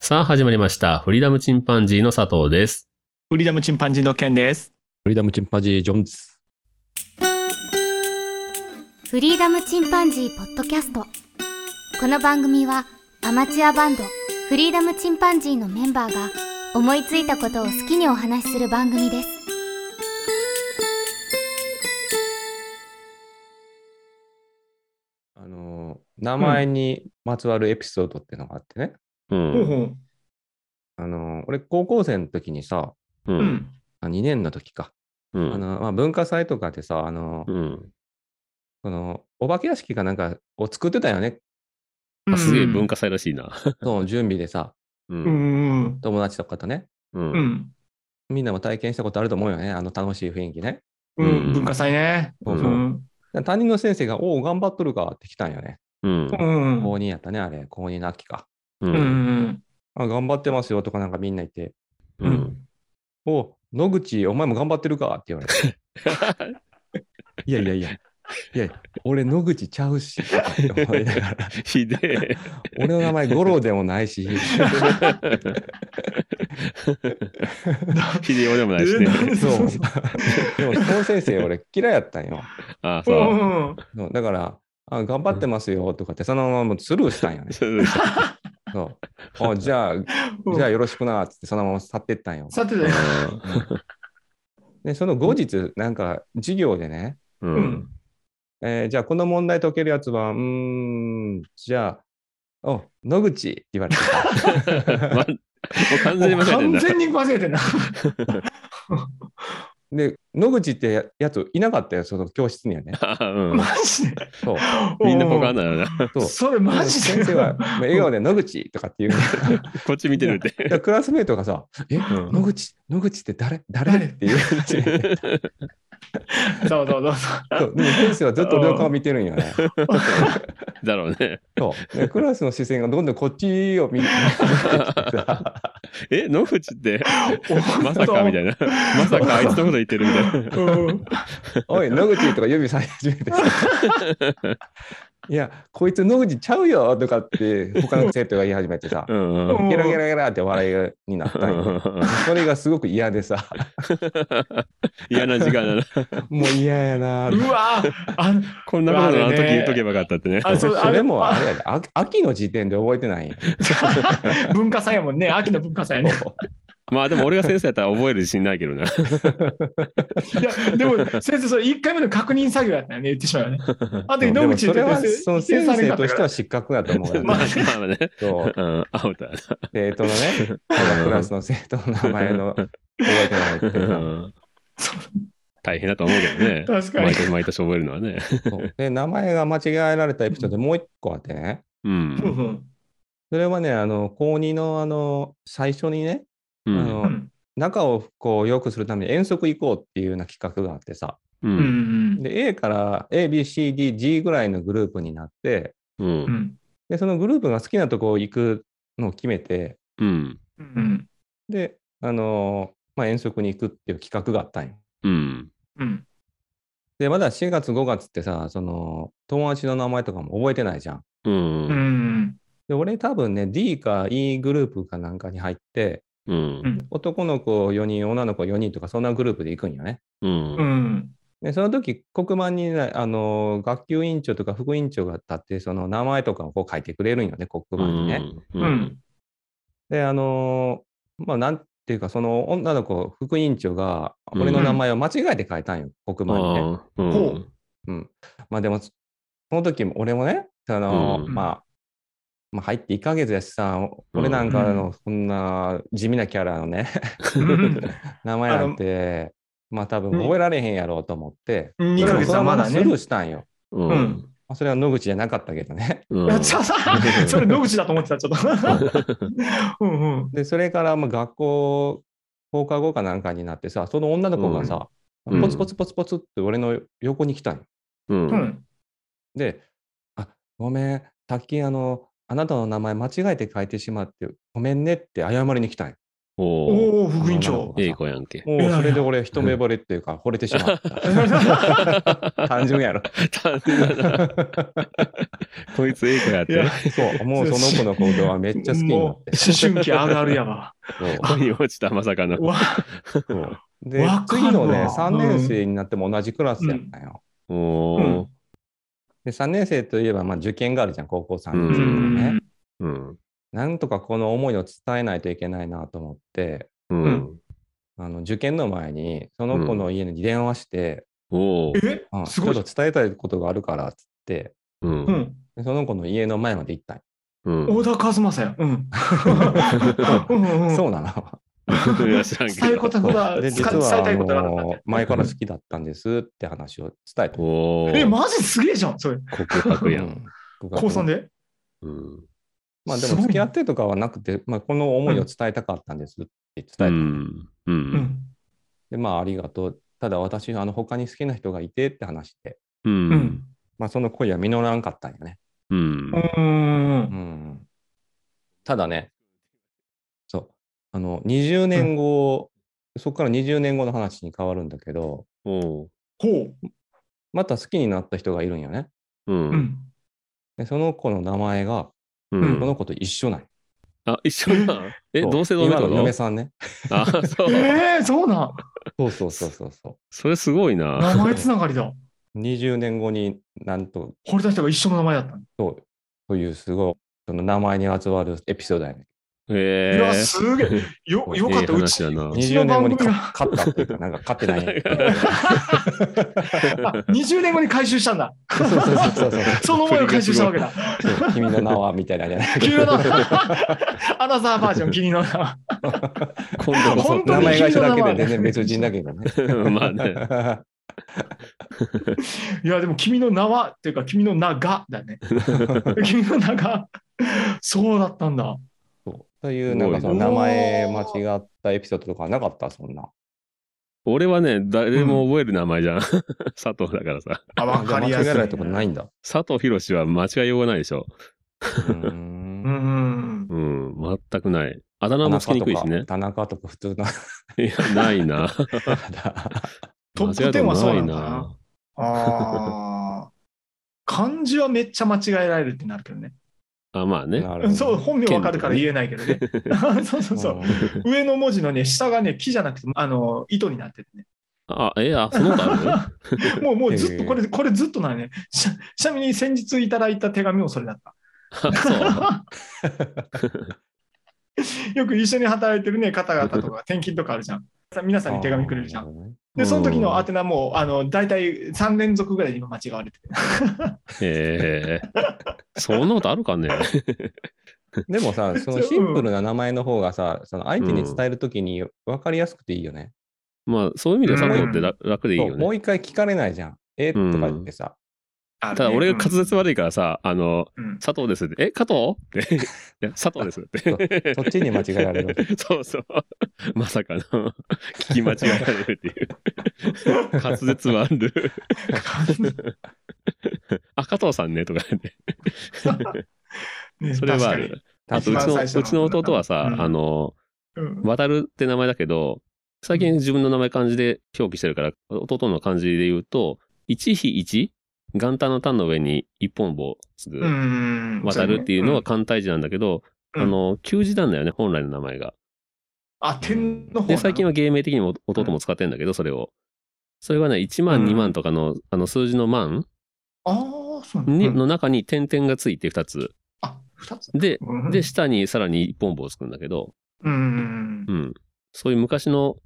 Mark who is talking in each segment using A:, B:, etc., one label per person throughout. A: さあ始まりました。フリーダムチンパンジーの佐藤です。
B: フリーダムチンパンジーの件です。
C: フリーダムチンパンジー・ジョンズ。
D: フリーダムチンパンジーポッドキャストこの番組はアマチュアバンドフリーダムチンパンジーのメンバーが思いついたことを好きにお話しする番組です
C: あのー、名前にまつわるエピソードってのがあってね。
A: うん。
B: う
C: あのー、俺、高校生の時にさ、
A: う。
B: うんん。
C: あ2年の時か。
A: う
C: あ
A: ん。
C: のーまあ、文化祭とかでさ、あのー、
A: うん。
C: このお化け屋敷かなんかを作ってたよ ね。
A: あすげえ文
B: 化。
A: 化祭らしいな。
C: その準備でさ、
A: う。
B: うんん。
C: 友達とかとね。
A: う。
B: うんん。
C: みんなも体験したことあると思うよね。あの楽しい雰囲気ね。
B: う
A: うん
B: ん。文化祭ね。
C: そううそう。
B: ん。
C: 担任の先生が、おお、頑張っとるかって来たんよね。
A: うん。
B: うん。
C: 高2やったね、あれ。高2の秋か。
A: う。
B: うんん。
C: あ頑張ってますよとかなんかみんな言って、
A: う。
B: うん
C: お野口、お前も頑張ってるかって言われて。いやいやいや、いや、俺、野口ちゃうし、とかって思いながら
A: ひでえ。
C: 俺の名前、五郎でもないし、
A: ひでえようでもないしね。
C: そう。でも、その先生、俺、嫌いやったんよ。
A: あ
B: う
A: そ
B: ん。
C: そうだから、あ頑張ってますよ、とかって、そのままスルーしたんよ
A: う。
C: ね。
A: そうでした
C: そうあじゃあ、じゃあ、よろしくな、つって、そのまま去ってったんよ。
B: さてね。
C: で、その後日、なんか、授業でね、
A: う
B: うんん。。
C: えーじゃあ、この問題解けるやつは、うーん、じゃあ、お野口って言われて。
A: まもう完全に間違えてん
B: 完
A: だ。
B: 全に忘れてんな。
C: で、野口ってややついなかったよ、その教室にはね。
A: あ うん
B: マジで。
C: そう。
A: みんなポカンだよな。
C: そう
B: それマジで。
C: 先生は、まあ笑顔で野口とかって言う。
A: こっち見てるって。
C: でクラスメートがさ、え、
A: ん
C: 野口、野口って誰
B: 誰
C: 誰って言うて て。
B: そうそうそうそ
C: そうでも先生はずっと俺の顔見てるんよね。
A: だろう ね。
C: そう。でクラスの視線がどんどんこっちを見てきてさ
A: え、野口って、
B: う。
A: まさかみたいな。まさかあいつのこと言ってるみたいな。
B: うん。
C: おい、野口とか指さし始めて さ。いや、こいつ野口ちゃうよとかって、他の生徒が言い始めてさ、
A: うんうん。
B: うん
C: ゲラゲラゲラって笑いになったんよ。それがすごく嫌でさ、
A: 嫌な時間だな。
C: もう嫌やな
B: うわあの
A: こんなことのあの時言っとけばよかったってね。
B: あそ
C: そ
B: うう
C: そ
B: あ
C: れ
B: れ
C: も
B: も
C: あれやで、あ秋の時点で覚えてないんや。
B: 文化祭やもんね。秋の文化祭やね。
A: まあでも俺が先生やったら覚える自信ないけどな。
B: いや、でも、先生、それ1回目の確認作業やったよね、言ってしまうよね。 あと、
C: で
B: 野
C: も
B: 口
C: そ
B: 言
C: れ
B: っ
C: は
B: てて、
C: その先生として
B: は、
C: は失格だと思うよ、
A: まあ
C: ね。
A: まあね。
C: そう
A: うん、アウター
C: 生徒のね、我がクラスの生徒の名前の覚えてないって
A: だ。う
C: さ
A: ん大変だと思うけどね。
B: 確かに
A: 毎。年毎年覚えるのはね。
C: そうで、名前が間違えられたエピソードでもう一個あってね、
A: う。
B: うんん
C: それはね、あの、高2のあの、最初にね、
A: う
C: あ
A: ん。
B: う
C: の、
B: ん
C: 仲をこう良くするために遠足行こうっていうような企画があってさ、
A: う。
B: うんん
C: で、A から A、B、C、D、G ぐらいのグループになって、
A: う。
B: うんん
C: で、そのグループが好きなとこ行くのを決めて、
A: うん。
B: うん
C: で、あのーまあ、遠足に行くっていう企画があったんよ。
A: うん。
B: うん
C: で、まだ4月、5月ってさ、その、友達の名前とかも覚えてないじゃん。
A: う。
B: うんん
C: で、俺多分ね、D か E グループかなんかに入って、
A: うん。
C: 男の子4人、女の子4人とか、そんなグループで行くんよね。
A: うん。
B: うん
C: で、その時、黒板にね、あのー学級委員長とか副委員長が立って、その名前とかをこう書いてくれるんよね、黒板にね。
A: うん。
C: で、あのーまあ、なんていうか、その女の子、副委員長が、
A: うん
C: 俺の名前を間違えて書いたんよ、黒板にね。
A: うん。
C: まあでも、その時も俺もね、その、
A: うん
C: まあ、まあ、入って1ヶ月やしさ、俺なんか
B: う
C: の、そんな地味なキャラのね、 名前なんて、まあ多分覚えられへんやろうと思って、
B: うん2ヶ月はまだ
C: そのままスル
B: ね
C: ー。したんよ。
A: うん。
C: まあそれは野口じゃなかったけどね。
A: うん。
B: ちょそれ野口だと思ってた、ちょっと。うんうん
C: で、それからまあ学校、放課後かなんかになってさ、その女の子がさ、
A: うん
C: ポツポツポツポツって俺の横に来たんよ。
A: うん。
B: う
A: うん。
B: ん
C: で、あごめん、さっきあの、あなたの名前間違えて書いてしまって、ごめんねって謝りに来たんよ。
A: おお。
B: おお、副院長。
A: ええ子やんけ。
C: もうそ れで俺一目惚れっていうか、惚れてしま った。単純やろ。
A: 単純だなこいつええ子やっ
B: い
A: て
B: や。
C: そう、もうその子の行動はめっちゃ好きになっ
B: もう
C: て。
B: 思春期あるあるやわ。
A: 恋に落ちたまさかの。
B: わ、
C: そう そうで
B: わ、かるわ
C: 次のね、
B: うん
C: 3年生になっても同じクラスやったんよ。
A: お
B: うん
A: お。
C: で、3年生といえば、まあ受験があるじゃん、高校3
B: う
C: 年生のね。
B: ん。
A: うん。
C: なんとかこの思いを伝えないといけないなと思って、
A: うん。
C: あの受験の前に、その子の家に電話して、
A: おお。
B: え
C: うん
B: す
C: ち
B: ご
C: ょ
B: い
C: っと伝えたいことがあるからっつって、
A: う。
B: うんん。
C: でその子の家の前まで行ったんよ
A: うん。
B: 小田和正や。うん。うんうん。
C: そうなの。
A: いや知らんけ
B: 伝え
A: ど。
B: ことが、
C: で、
B: 伝
C: 実は、
B: えた
C: あ
B: いことがあったん
C: の
B: だ。
C: 前から好きだったんですって話を伝えて、
A: おお。
B: え、マジすげえじゃん、それ。
A: 告白や。
C: うんん
B: 高3。で。
A: うん。
C: まあです
B: ご
C: も
B: い
C: 付き合ってとかはなくて、まあ、この思いを伝えたかったんですって伝えて、
A: うん。う。
B: うんん。
C: で、まあありがとう。ただ私、あの、他に好きな人がいてって話して、
A: う
B: うんん。
C: まあその恋は実らんかったんよね。
A: うん
B: う。ん
C: う。ん。ただね、そう。あの、20年後、そこから20年後の話に変わるんだけど、
A: おう。
B: ほ
C: また好きになった人がいるんよね。
A: う。
B: う。うんん。
C: で、その子の名前が、
A: う
C: こ
A: ん。
C: の子と一緒なんよ
A: あ、一緒なんえ、
C: そう
A: 同姓同名って
C: 今
A: こ
C: の嫁
A: と
C: さんね。
A: あ、そう。
B: ええ、そうなん。
C: そうそうそうそうそ
A: それすごい
B: 名
A: な。
B: 前つながりだ。
C: う。20年後になんと、
B: 惚れた人が一緒の名前だった の。
C: そう、というすごい、その名前にまつわるエピソードやね。
A: え
B: いや、
A: え。
B: すげえ。 よ、よか
A: え
B: った。
A: え
B: う
A: 話
B: ち、
A: や
B: う
A: な。
B: ちの
C: 20年
B: 番
C: 後に
B: 組
C: か
B: が。
C: 勝ったっていうか、なんか勝ってない
B: あ20年後に 回収したんだ。
C: そうそうそうそう。
B: その思いを回収したわけ だ。
C: そう君の名はみたいなじゃないけ
B: 君
C: ど
B: の名は アナザーバージョン、君の名は。
A: 今度こ
B: 本当
C: 名
B: に
C: 前が一緒だけ
B: 君の名は
C: で全然別人だけどね。
A: そ。 まあね。
B: いや、でも君の名はっていうか、君の名がだ ね。君の名が、そうだったんだ。
C: そうという、なんかその名前間違ったエピソードとかなかった、そんな。
A: 俺はね、誰も覚える名前じゃん。佐藤だからさ。
B: あ、わかりやす
C: 間違えられ
B: い
C: た。ことないんだ。
A: 佐藤博士は間違いようがないでしょ。
C: う
B: う
C: ー
B: んん。
A: うん、全くない。あだ名
C: 田
A: もつ
C: 中
A: きに
C: と
A: くいし
C: か
A: ね。
C: 田中とか普通の
A: いや、ないな。
B: トップ
A: 間違い
B: 10はそ
A: な
B: うないのかな。。ああ。漢字はめっちゃ間違えられるってなるけどね。
A: あ、まあ ね。
C: なるほど
B: そう、本名わかるから言えないけどね。 そうそうそう。上の文字のね、下がね、木じゃなくて、あの、糸になっててね。
A: あ、え、あ、その他あ
B: もう、もうずっ
C: へ
B: と、
C: え
B: これ、これずっとなのね。ちなちなみに先日いただいた手紙もそれだった。
A: るそう。
B: よく一緒に働いてるね、方々とか、転勤とかあるじゃん。さ皆さんに手紙くれるじゃん。
C: ん。
B: で、その時の宛名も、あの、大体3連続ぐらいで今間違われてて。
A: ええそんなことあるかね。
C: でもさ、そのシンプルな名前の方がさ、その相手に伝えるときに分かりやすくていいよね。
A: まあ、そういう意味では佐藤って楽楽でいい
C: そ
A: よ
C: うも
A: ね。
C: う一回聞かれないじゃん。えとか言ってさ、
B: た
A: ただ、俺が滑舌悪いからさ、あの、
B: うん
A: 佐藤ですって、え、加藤って、いや、佐藤ですって。
C: そっちに間違えられる。
A: そうそう。まさかの、聞き間違えられるって いう。滑舌悪る。あ、加藤さんね、とか言って。
B: ね
A: それはあ
B: 確かに
A: る。 あと、う
B: 一
A: ち
B: 番
A: の、
B: 最初の
A: うちの弟はさ、
B: うん
A: あの、
B: うん
A: 渡るって名前だけど、最近自分の名前漢字で表記してるから、弟の漢字で言うと、一比一元旦の単の上に一本棒すぐ
B: うん。
A: 渡るっていうの
B: ん
A: が簡体字なんだけど、
B: うん
A: あの、旧字なんだよね、本来の名前が。
B: あ、点の方
A: で、最近は
B: は、
A: 芸名的にも弟も使ってんだけど、それを。それはね、1万、
B: うん
A: 2万とかの、あの、数字の万
B: ああ、そうなんだ
A: に、
B: うん
A: の中に点々がついて2つ。
B: あ、二つ。
A: で、
B: うん
A: で、、下にさらに一本棒つくんだけど、
B: うん。
A: うん。そういう昔の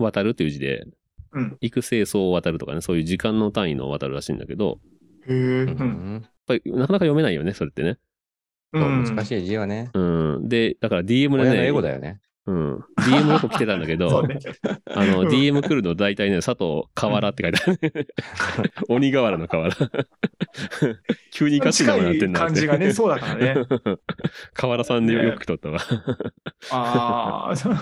A: 渡るっていう字で、
B: うん
A: 育成層を渡るとかね、そういう時間の単位の渡るらしいんだけど、
B: へえ、う。
C: うん
A: や
C: ん
A: っぱりなかなか読めないよね、それってね。
B: うん
C: 難しい字はね。
A: うん。で、だから DM で
C: 親の
A: ね、
C: 英語だよね。
A: うん。DM よく来てたんだけ
B: そ
A: ど
B: う、ね
A: あ
B: うん
A: の、DM 来ると大体ね、佐藤河原って書いてあ る。鬼瓦の河原。急にいかしい名前になって
B: 近
A: ん
B: い
A: なっ
B: 感
A: て
B: じ がね、そうだからね。
A: 河原さんでよく撮ったわ。
B: ああ、そう。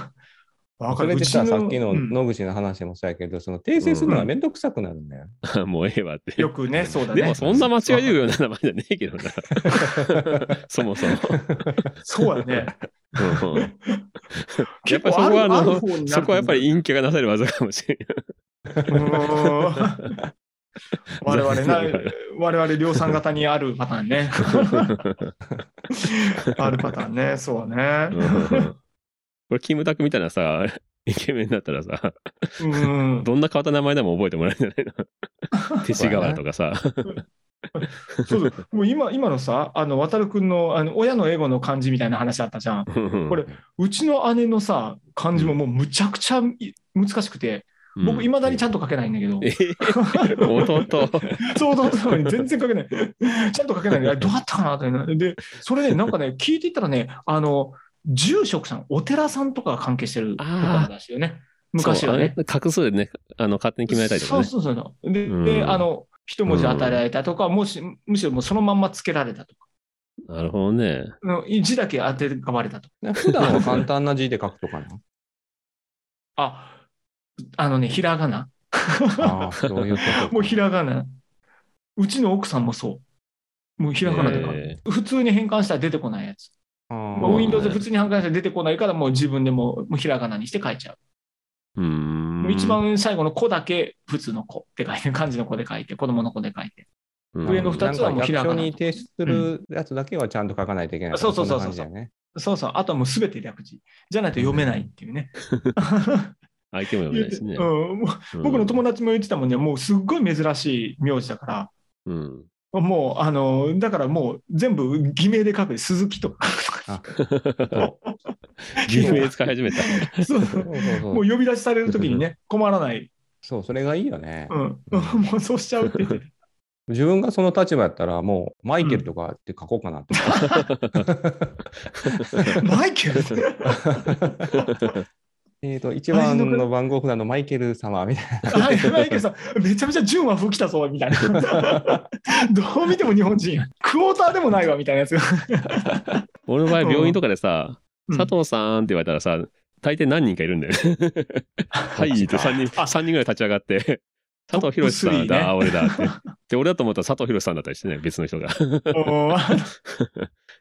B: わ
C: それでさ、
B: うち
C: さっきの
B: うん
C: 野口の話もしたけど、その訂正するのはめんどくさくなるんだよ。
A: もうええわって。
B: よくね、そうだね。
A: でもそんな間違い言うような名前じゃねえけ どな。そもそも。
B: そうだね。
A: うん やっ
B: 結
A: ぱり
B: 構
A: そ
B: あ
A: こはあ
B: るある
A: の
B: 方になると思う
A: そこはやっぱり陰キャがなさる技かもしれない。
B: うーん我々な、我々量産型にあるパター ンね。あるパターンね、そうね。
A: うんこれ、キムタクみたいなさ、イケメンだったらさ、
B: うん。
A: どんな変わった名前でも覚えてもらえるんじゃないの 勅使河原とかさ。
B: そうそう。もう今、今のさ、あの、渡るくんの、あの、親のエゴの感じみたいな話あったじゃん。
A: こ
B: これ、うちの姉のさ、漢字ももうむちゃくちゃい難しくて、僕、いまだにちゃんと書けないんだけど。
A: え弟。
B: そうそうそう、全然書 けない。ちゃんと書けないんだけど。どうだったかなと思って。で、それね、なん かね、聞いていったらね、あの、住職さん、お寺さんとかが関係してるところらしいよね。 昔はね。
A: そう。あれ画数でね、あの、勝手に決められたりとか
B: そう
A: ね。
B: そうそうそう。で、
A: うん
B: であの、一文字与えられたとか、もし、むしろもうそのまんまつけられたとか、
A: なるほどね。
B: うん字だけ当てがわれたとか。
C: 普段は簡単な字で書くとかな。
B: あ、あのね、ひらがな。
C: ああ、そういうこと。
B: もうひらがな。うちの奥さんもそう。もうひらがなとか。
A: え
B: 普通に変換したら出てこないやつ。
C: あー
B: まあ
A: うん
B: Windows で普通に変換したら出てこないから、もう自分でもうひらがなにして書いちゃ
A: ーう
B: う。
A: ー
B: も
A: ん
B: う一番最後の子だけ、普通の子って書いて、漢字の子で書いて、子供の子で書いて。上の二つはもうひらがな
C: なんか役所に提出するやつだけはちゃんと書かないといけない。
B: そうそうそうそうん
C: な感じだよね。
B: そうそう、あとはもうすべて略字。じゃないと読めないっていうね。
A: 相手も読めないしね。
B: うんもう僕の友達も言ってたもんね、もうすっごい珍しい名字だから。
A: うん。
B: もう、あの、だからもう全部偽名で書く。鈴木とか 書くとか。
A: 有名使い始めた。
B: そう
C: そうそうそ
B: も
C: う
B: う。呼び出しされるときにね、困らない。
C: そう、それがいいよね。
B: うん。 もうそうしちゃうって言 ってた。
C: 自分がその立場やったら、もうマイケルとかって書こうかなって。
B: マイケル
C: えっと、一番の番号札のマイケル様みたいな。
B: はいマイケルさん、めちゃめちゃ純和風来たぞ、みたいな。どう見ても日本人や。クォーターでもないわ、みたいなやつが。
A: 俺の場合、病院とかでさ、
B: うん
A: 佐藤さんって言われたらさ、大抵何人かいるんだよ ね。はい、って3人、
B: あ
A: 三人ぐらい立ち上がって、佐藤博さん
B: トップスリーね
A: だ、あ俺だって。 で、俺だと思ったら佐藤博さんだったりしてね、別の人が。
B: おー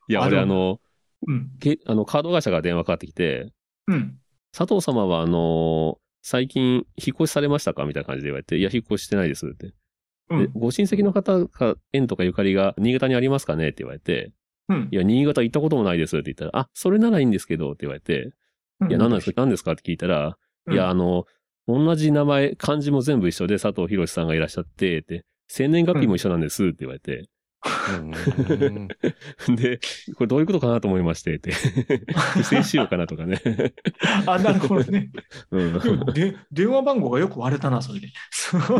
A: いや、
B: あ
A: 俺
B: でも
A: あの、
B: うん。
A: けあの、カード会社から電話かかってきて、
B: うん。
A: 佐藤様はあの、最近、引っ越しされましたかみたいな感じで言われて、いや、引っ越してないですって。
B: うん
A: でご親戚の方か、縁とかゆかりが新潟にありますかねって言われて、
B: うん
A: い。や、新潟行ったこともないですって言ったら、あ、それならいいんですけどって言われて、いや、何なんですか何ですかって聞いたら、
B: うん
A: いや、あの、同じ名前、漢字も全部一緒で佐藤博さんがいらっしゃって、って、生年月日も一緒なんですって言われて、
C: うん
A: で、これどういうことかなと思いまして、 って、不正しようかなとかね。
B: あ、なるほどね。
A: うん
B: でもで電話番号がよく割れたな、それで。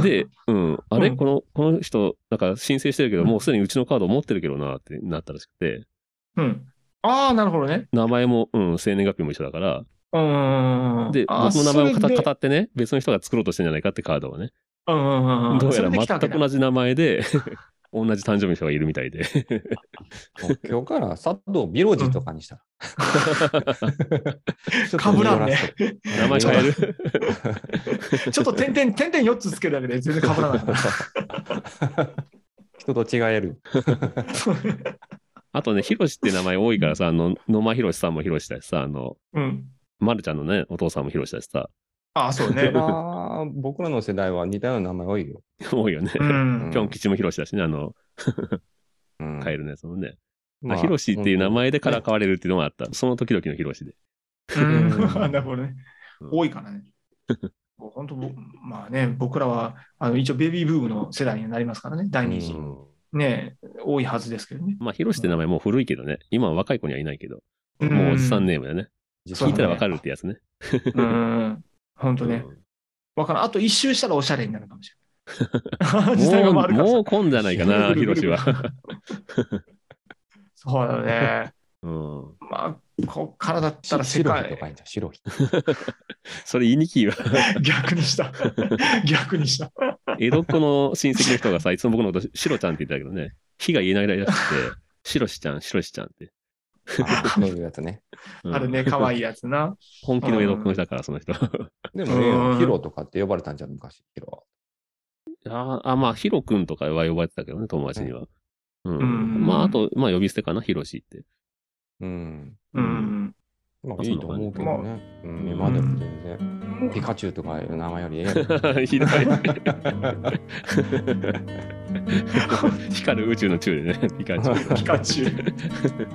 A: で、うん、あれ、
B: うん
A: この、この人、なんか申請してるけど、もうすでにうちのカード持ってるけどな、ってなったらしくて、
B: うん。ああ、なるほどね。
A: 名前も、うん、生年月日も一緒だから、
B: うんうんうん。
A: で、
B: あー
A: 僕の名前をか
B: そ
A: た
B: れで
A: 語ってね、別の人が作ろうとしてんじゃないかってカードをね、
B: うんうんうんうん。
A: どうやら
B: それで来たわけ
A: 全
B: だ
A: く同じ名前 で、同じ誕生日の人がいるみたいで。
C: もう今日から佐藤ビロジとかにしたら。ちょっと
B: か ぶらんね。
A: 名前変える。
B: ちょっと点々、点々4つつけるだけで全然被らなかっ
C: 人と違える。
B: た。そう
A: あとね、ヒロシって名前多いからさ、あの、野間ヒロシさんもヒロシだしさ、あの、
B: うん。
A: まるちゃんのね、お父さんもヒロシだしさ、
B: ああ、そう
C: それ
B: ね。
C: は僕らの世代は似たような名前多いよ。
A: 多いよね。
B: う
C: うん
B: ん。
A: ピョン吉もヒロシだしね、あの、
C: うん
A: カエルのやつもね。
C: まあ
A: ヒロシっていう名前でからかわれるっていうのがあった。その時々のヒロシで。
B: うん
C: うん
B: なるほどね
A: うん。
B: 多いからね。もう本当、僕まあね、僕らはあの一応ベビーブームの世代になりますからね、第二次。
C: うん
B: ね多いはずですけどね。
A: まあ、ヒロシって名前もう古いけどね。今は若い子にはいないけど。
B: うん
A: もうおじさんネームだね。聞いたらわかるってやつね。
B: うん。本当ね
A: う。ん
B: わからん。あと一周したらおしゃれになるかもし れない。時代が
A: もう、
B: 回るから
A: も
B: さ
A: う混んじゃないか な、ヒロシは。。
B: そうだね。
A: うん。
B: まあ、こっからだった
C: 白
B: ら
C: 日
B: 世界、
C: とか言っちゃう白日。
A: それ言いにくいわ。
B: 逆に した。逆にした。
A: 江戸っ子の親戚の人がさ、いつも僕のこと、シロちゃんって言ってたけどね、火が言えないらしくて、シロシちゃん、シロシちゃんって。
C: あそういうやつね。
A: うん
B: あるね、可愛いやつな。
A: 本気の江戸っ子の人だから、その人。
C: で
B: う
C: も
B: ん
C: ね、ヒロとかって呼ばれたんじゃん、昔。ヒロ。
A: ああ、まあ、ヒロくんとかは呼ばれてたけどね、友達には。うん。
B: うん
A: まあ、あと、まあ、呼び捨てかな、ヒロシって。
C: うん。
B: うん。
C: まあいいと思うけどね。うん、今でも全然。ピカチュウとかいう名前よりええやろ
A: ひどい。光る宇宙の宙でね、ピカチュ
B: ピカチュ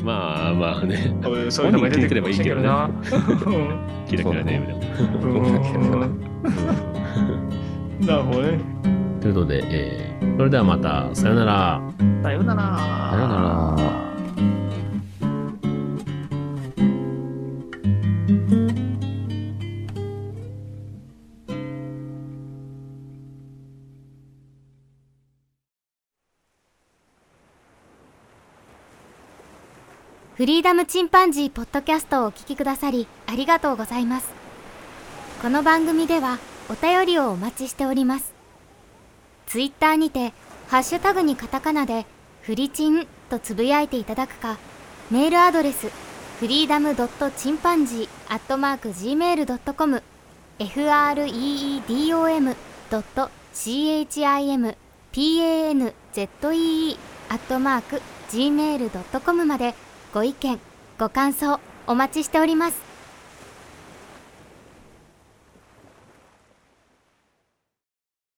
A: ウ。まあまあね、
B: ウ。そういうのが出てくるかもしれんけどな。うん
A: キラキラネームでも。
B: うんなるほどね。
A: ということで、えーそれではまた、さよなら。
B: さよなら。
C: さよな ら。
D: フリーダムチンパンジーポッドキャストをお聞きくださりありがとうございます。この番組ではお便りをお待ちしております。ツイッターにてハッシュタグにカタカナでフリチンとつぶやいていただくか、メールアドレスフリーダムドットチンパンジーアットマーク gmail.com freedom ドット chimpanzee アットマーク gmail.com までご意見、ご感想、お待ちしております。